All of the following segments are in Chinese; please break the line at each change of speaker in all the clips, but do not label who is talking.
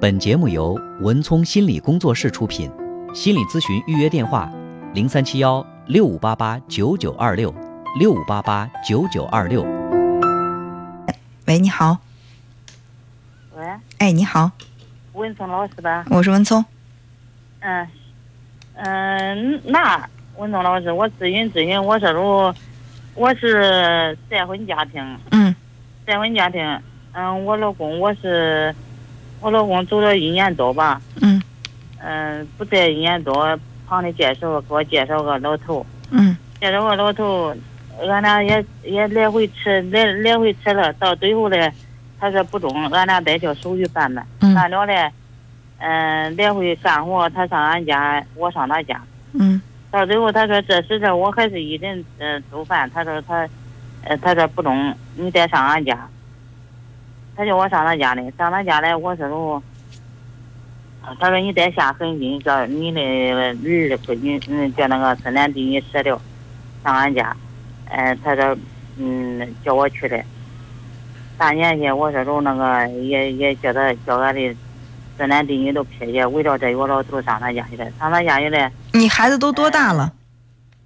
本节目由文聪心理工作室出品，心理咨询预约电话：零三七幺六五八八九九二六六五八八九九二六。
喂，你好，
喂，
哎，你好，
文聪老师吧？
我是文聪，
嗯，嗯，那文聪老师，我咨询咨询，我这路我是再婚家庭，
嗯
再婚家庭，嗯，我老公我是我老公走了一年多吧，
嗯
嗯，不在一年多，旁里介绍给我介绍个老头，
嗯
介绍个老头，俺俩也也来回吃来来回吃了，到最后嘞，他说不中，俺俩得叫手续办办。
嗯
办了嘞，嗯、来回干活，他上俺家，我上他家。
嗯
到最后，他说这事情我还是一人呃做饭。他说他，呃，他说不中，你得上俺家。他叫我上他家里，上他家来，我说候，呃他说你得下狠心，叫你的儿闺女，嗯，叫那个孙男弟你舍了，上俺家。呃，他说，嗯，叫我去的。大年去，我说候那个也也叫他叫俺的孙男弟女都撇下，围绕这个老头上他家去了，上他家去了。
你孩子都多大了？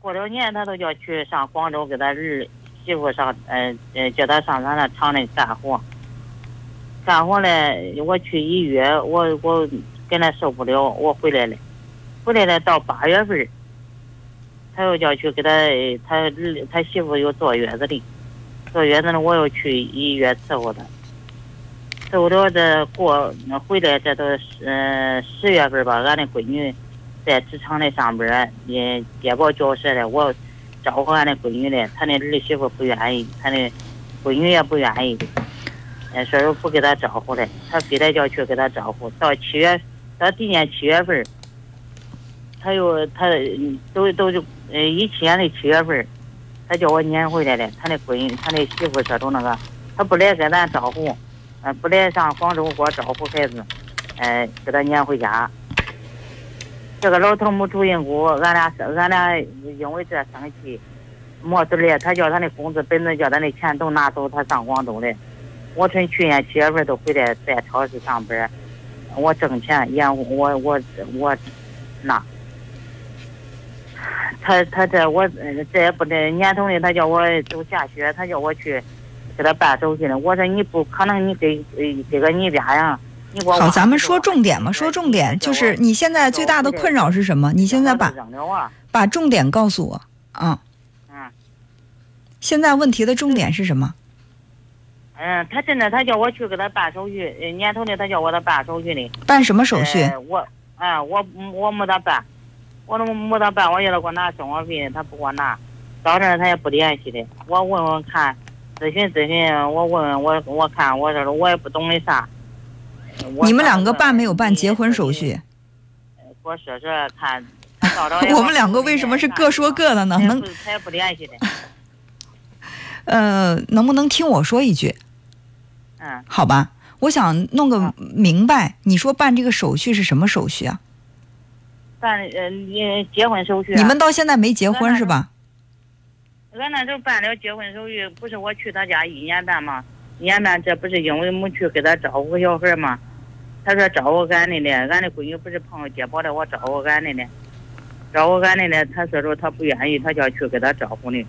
过了年他都叫去上广州给他儿媳妇上，呃呃，叫他上他那厂里干活。干活嘞，我去一月，我我跟他受不了，我回来了。回来了到八月份儿，他又叫去给他呃他儿他媳妇又坐月子里，坐月子呢，我又去一月伺候他。伺候了这过回来这都呃十月份儿吧，俺的闺女。在职场里上班，也也报教室的。我招呼俺的闺女的，她的儿媳妇不愿意，她的闺女也不愿意，呃，说是不给她招呼的，她非得叫去给她招呼。到七月，到今年七月份儿，她又她嗯都都就呃一七年的七月份儿，她叫我撵回来了。她的闺女，她的媳妇说中那个，她不来给咱招呼，呃，不来上广州给我招呼孩子，呃，给她撵回家。这个老头没住进屋，俺俩俺俩因为这生气，没得嘞。他叫他的工资，本子叫他的钱都拿走，他上广州嘞。我从去年七月份都回来，在超市上班，我挣钱，也我我我那。他他这我呃这也不得年头呢，他叫我走下学，他叫我去给他办手续呢。我说你不可能，你给呃给个你俩呀。你给我
好，
挖
咱们
出
说
来
重点吧，说重点就是你现在最大的困扰是什么？你现在把
扔了啊，
把重点告诉我啊！
嗯
现在问题的重点是什么？
嗯，他真的，他叫我去给他办手续，呃年头呢，他叫我他办手续呢。
办什么手续？
呃我，啊、我我没得办，我都没得办，我叫他给我拿生活费，他不给我拿，到这儿他也不联系的。我问问看，咨询咨询，我问问我我看，我这个我也不懂的啥。
你们两个办没有办结婚手？续？
我说说看，他 到这儿也
我们两个为什么是各说各的呢？
他也
能
不他也不联系的，
呃，能不能听我说一句？
嗯。
好吧，我想弄个明白。你说办这个手续是什么手续啊？
办呃，你结婚手续、啊。
你们到现在没结婚是吧？
俺那时候办了结婚手续，不是我去他家一年半嘛，一年半这不是因为没去给他招呼小孩嘛，他说招呼俺的嘞，俺的闺女不是朋友介绍的，我招呼俺的嘞，招呼俺的嘞，他说着他不愿意，他就要去给他招呼呢。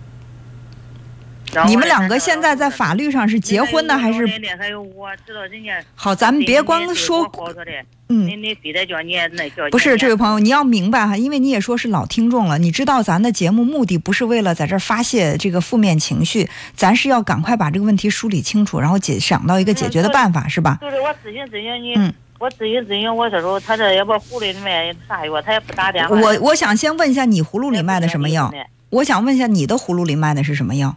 招呼
你
嘞
们两个现在在法律上是结婚呢，还是
人家还有我知道人家，
好？咱们别光说，
好着嘞，
嗯
你，你非得叫你那叫
不是这位
个
朋友，你要明白哈，因为你也说是老听众了，你知道咱的节目目的不是为了在这儿发泄这个负面情绪，咱是要赶快把这个问题梳理清楚，然后解想到一个解决的办法，是吧？
就是我咨询咨询你，
嗯
我咨询咨询我这时候他这也不糊里卖啥药，他也不打电话。
我我想先问一下你葫芦里卖的什么药？我想问一下你的葫芦里卖的是什么药？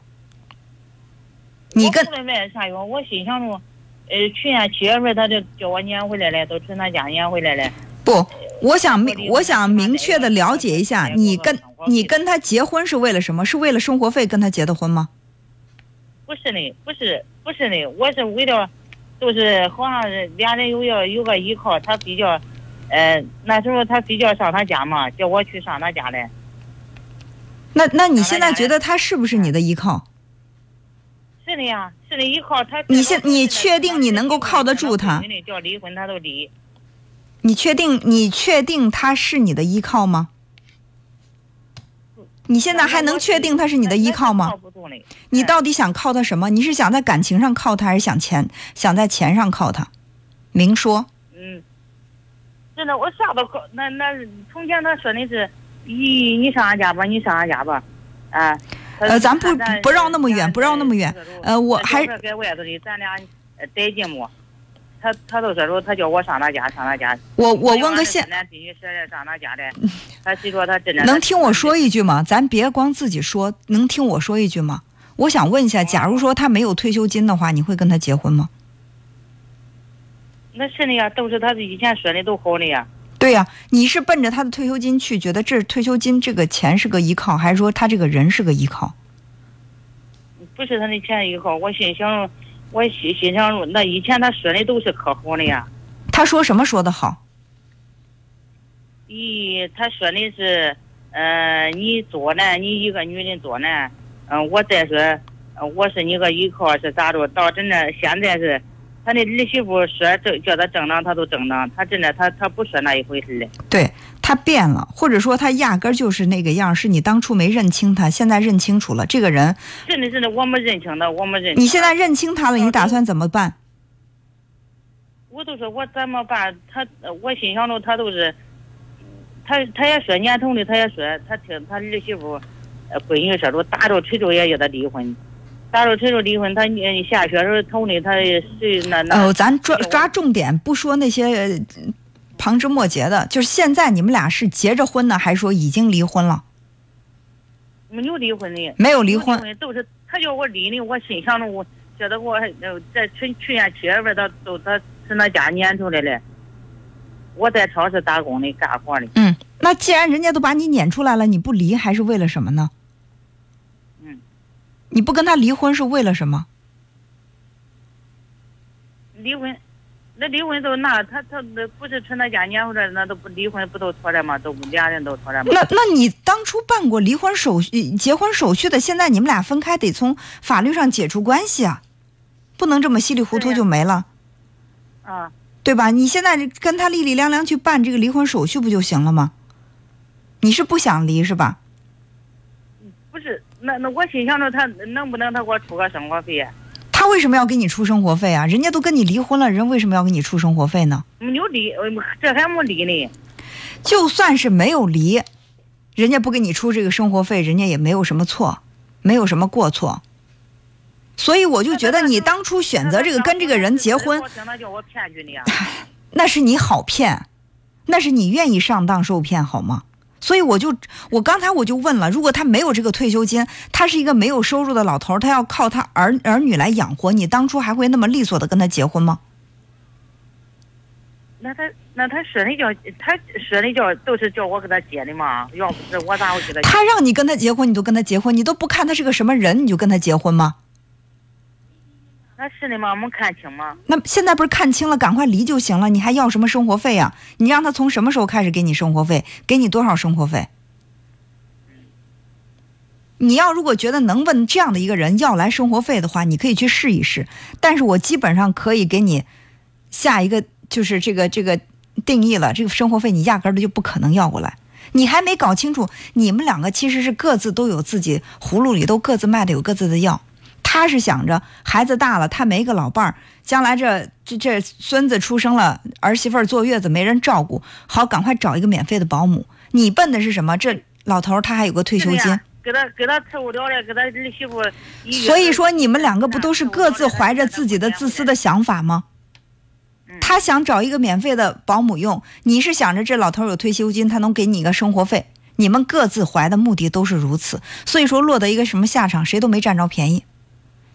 你跟
我后来卖啥药？我心想着，呃，去年七月份他就叫我撵回来了，都从他家撵回来了。
不，我想明我想明确的了解一下，你跟你跟他结婚是为了什么？是为了生活费跟他结的婚吗？
不是的，不是不是的，我是为了，就是好像是俩人有要有个依靠，他比较，呃，那时候他比较上他家嘛，叫我去上他家来。
那那你现在觉得他是不是你的依靠？
是的呀，是的，依靠他。
你现你确定你能够靠得住他
叫离婚他都离，
你确定你确定他是你的依靠吗？你现在还能确定他是你的依靠吗
靠？不住嘞
你到底想靠他什么？你是想在感情上靠他，还是想钱想在钱上靠他？明说，
嗯，真的，我啥都搞。那那从前他说的是，你你上俺家吧，你上俺家吧，啊。
呃咱不不绕那么远不绕那么远。呃我还
在外头里，咱俩呃待节目。他他都说说，他叫我上他家，上他家。
我我问个现，嗯
咱必须说的上他家的。他谁说他真的？
能听我说一句吗？咱别光自己说，能听我说一句吗？我想问一下，假如说他没有退休金的话，你会跟他结婚吗？
那是的呀，都是他以前说的都好的呀。
对呀、你是奔着他的退休金去，觉得这退休金这个钱是个依靠，还是说他这个人是个依靠？
不是他那钱以后，我心想，我心心想，那以前他说的都是可好的呀。
他说什么说的好？
咦，他说的是，呃，你做呢，你一个女人做呢，嗯、我再说，呃我是你个依靠是咋着？到真的现在是，他那儿媳妇说这叫他正当，他都正当，他真的他他不说那一回事了。
对他变了，或者说他压根儿就是那个样儿，是你当初没认清他，现在认清楚了。这个人，
真的真的，我没认清他，我没认清他。
你现在认清他了，你打算怎么办？
我都说我怎么办？他呃我心想着他都是，他他也说年头的，他也说他听他儿媳妇，呃闺女说着打着吹着也叫他离婚，打着吹着离婚，他呃下雪时候头呢，他谁那那、
呃，咱抓抓重点，不说那些呃旁枝末节的，就是现在你们俩是结着婚呢，还是说已经离婚了？
没有离婚的，
没有
没
离
有
婚，
都是他叫我离的，我心想着我觉得我呃在去去年七月份他都他是那家撵出来了，我在超市打工的干活的，
嗯，那既然人家都把你撵出来了，你不离还是为了什么呢？
嗯，
你不跟他离婚是为了什么？
离婚，那离婚都那他他那不是趁他家撵回来，那都不离婚不都妥了吗？都俩人都妥了吗？
那那你当初办过离婚手续、结婚手续的，现在你们俩分开得从法律上解除关系啊，不能这么稀里糊涂
对呀
就没了，
啊，
对吧？你现在跟他利利量量去办这个离婚手续不就行了吗？你是不想离是吧？
不是，那那我心想着他能不能他给我出个生活费呀？
他为什么要给你出生活费啊？人家都跟你离婚了，人为什么要给你出生活费呢？
没有离，呃这还没离呢。
就算是没有离，人家不给你出这个生活费，人家也没有什么错，没有什么过错。所以我就觉得你当初选择这个跟这个人结婚
我，听他叫我骗去的呀。
那是你好骗，那是你愿意上当受骗，好吗？所以我就我刚才我就问了，如果他没有这个退休金，他是一个没有收入的老头儿，他要靠他儿儿女来养活，你当初还会那么利索的跟他结婚吗？
那他那他说的叫他说的叫都是叫我给他结的嘛，要不是我咋会给他结？
他让你跟他结婚，你都跟他结婚，你都不看他是个什么人，你就跟他结婚吗？
那是的吗？没看清吗？
那现在不是看清了，赶快离就行了，你还要什么生活费呀、你让他从什么时候开始给你生活费？给你多少生活费？你要如果觉得能问这样的一个人要来生活费的话，你可以去试一试。但是我基本上可以给你下一个就是这个这个定义了，这个生活费你压根儿的就不可能要过来。你还没搞清楚，你们两个其实是各自都有自己葫芦里都各自卖的有各自的药。他是想着孩子大了，他没个老伴儿，将来这这这孙子出生了，儿媳妇儿坐月子没人照顾，好赶快找一个免费的保姆。你奔的是什么？这老头儿他还有个退休
是的
金
呀，。给他给他凑不了了，给他儿媳妇一月份。
所以说，你们两个不都是各自怀着自己的自私的想法吗
嗯？
他想找一个免费的保姆用，你是想着这老头有退休金，他能给你一个生活费。你们各自怀的目的都是如此，所以说落得一个什么下场，谁都没占着便宜。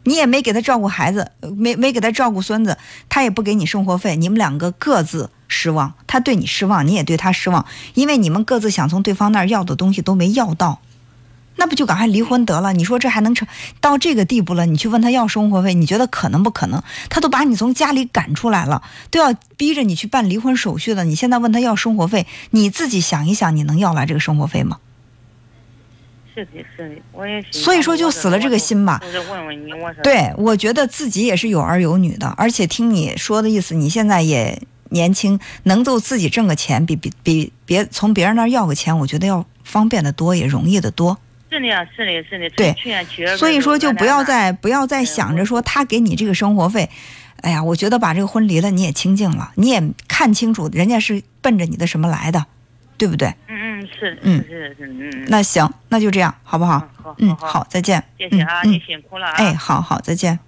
你也没给他照顾孩子，呃没没给他照顾孙子，他也不给你生活费，你们两个各自失望，他对你失望，你也对他失望，因为你们各自想从对方那儿要的东西都没要到，那不就赶快离婚得了？你说这还能成到这个地步了？你去问他要生活费，你觉得可能不可能？他都把你从家里赶出来了，都要逼着你去办离婚手续了，你现在问他要生活费，你自己想一想，你能要来这个生活费吗？
是的，是的，我也是。
所以说就死了这个心吧
我就问问你，我说
对，我觉得自己也是有儿有女的，而且听你说的意思，你现在也年轻，能够自己挣个钱，比比比别从别人那儿要个钱，我觉得要方便的多，也容易的多。
是的呀，是的，是的。
对
去年七月份
所以说，就
咱俩
不要
呢
再不要再
对
想
我
着说他给你这个生活费，哎呀，我觉得把这个婚离了，你也清静了，你也看清楚人家是奔着你的什么来的，对不对？
嗯嗯是
嗯
是是是嗯嗯。
那行，那就这样，好不好？
好好
嗯，
好，
好，再见。
谢谢啊，
嗯
你
嗯
辛苦了啊。
哎，好好，再见。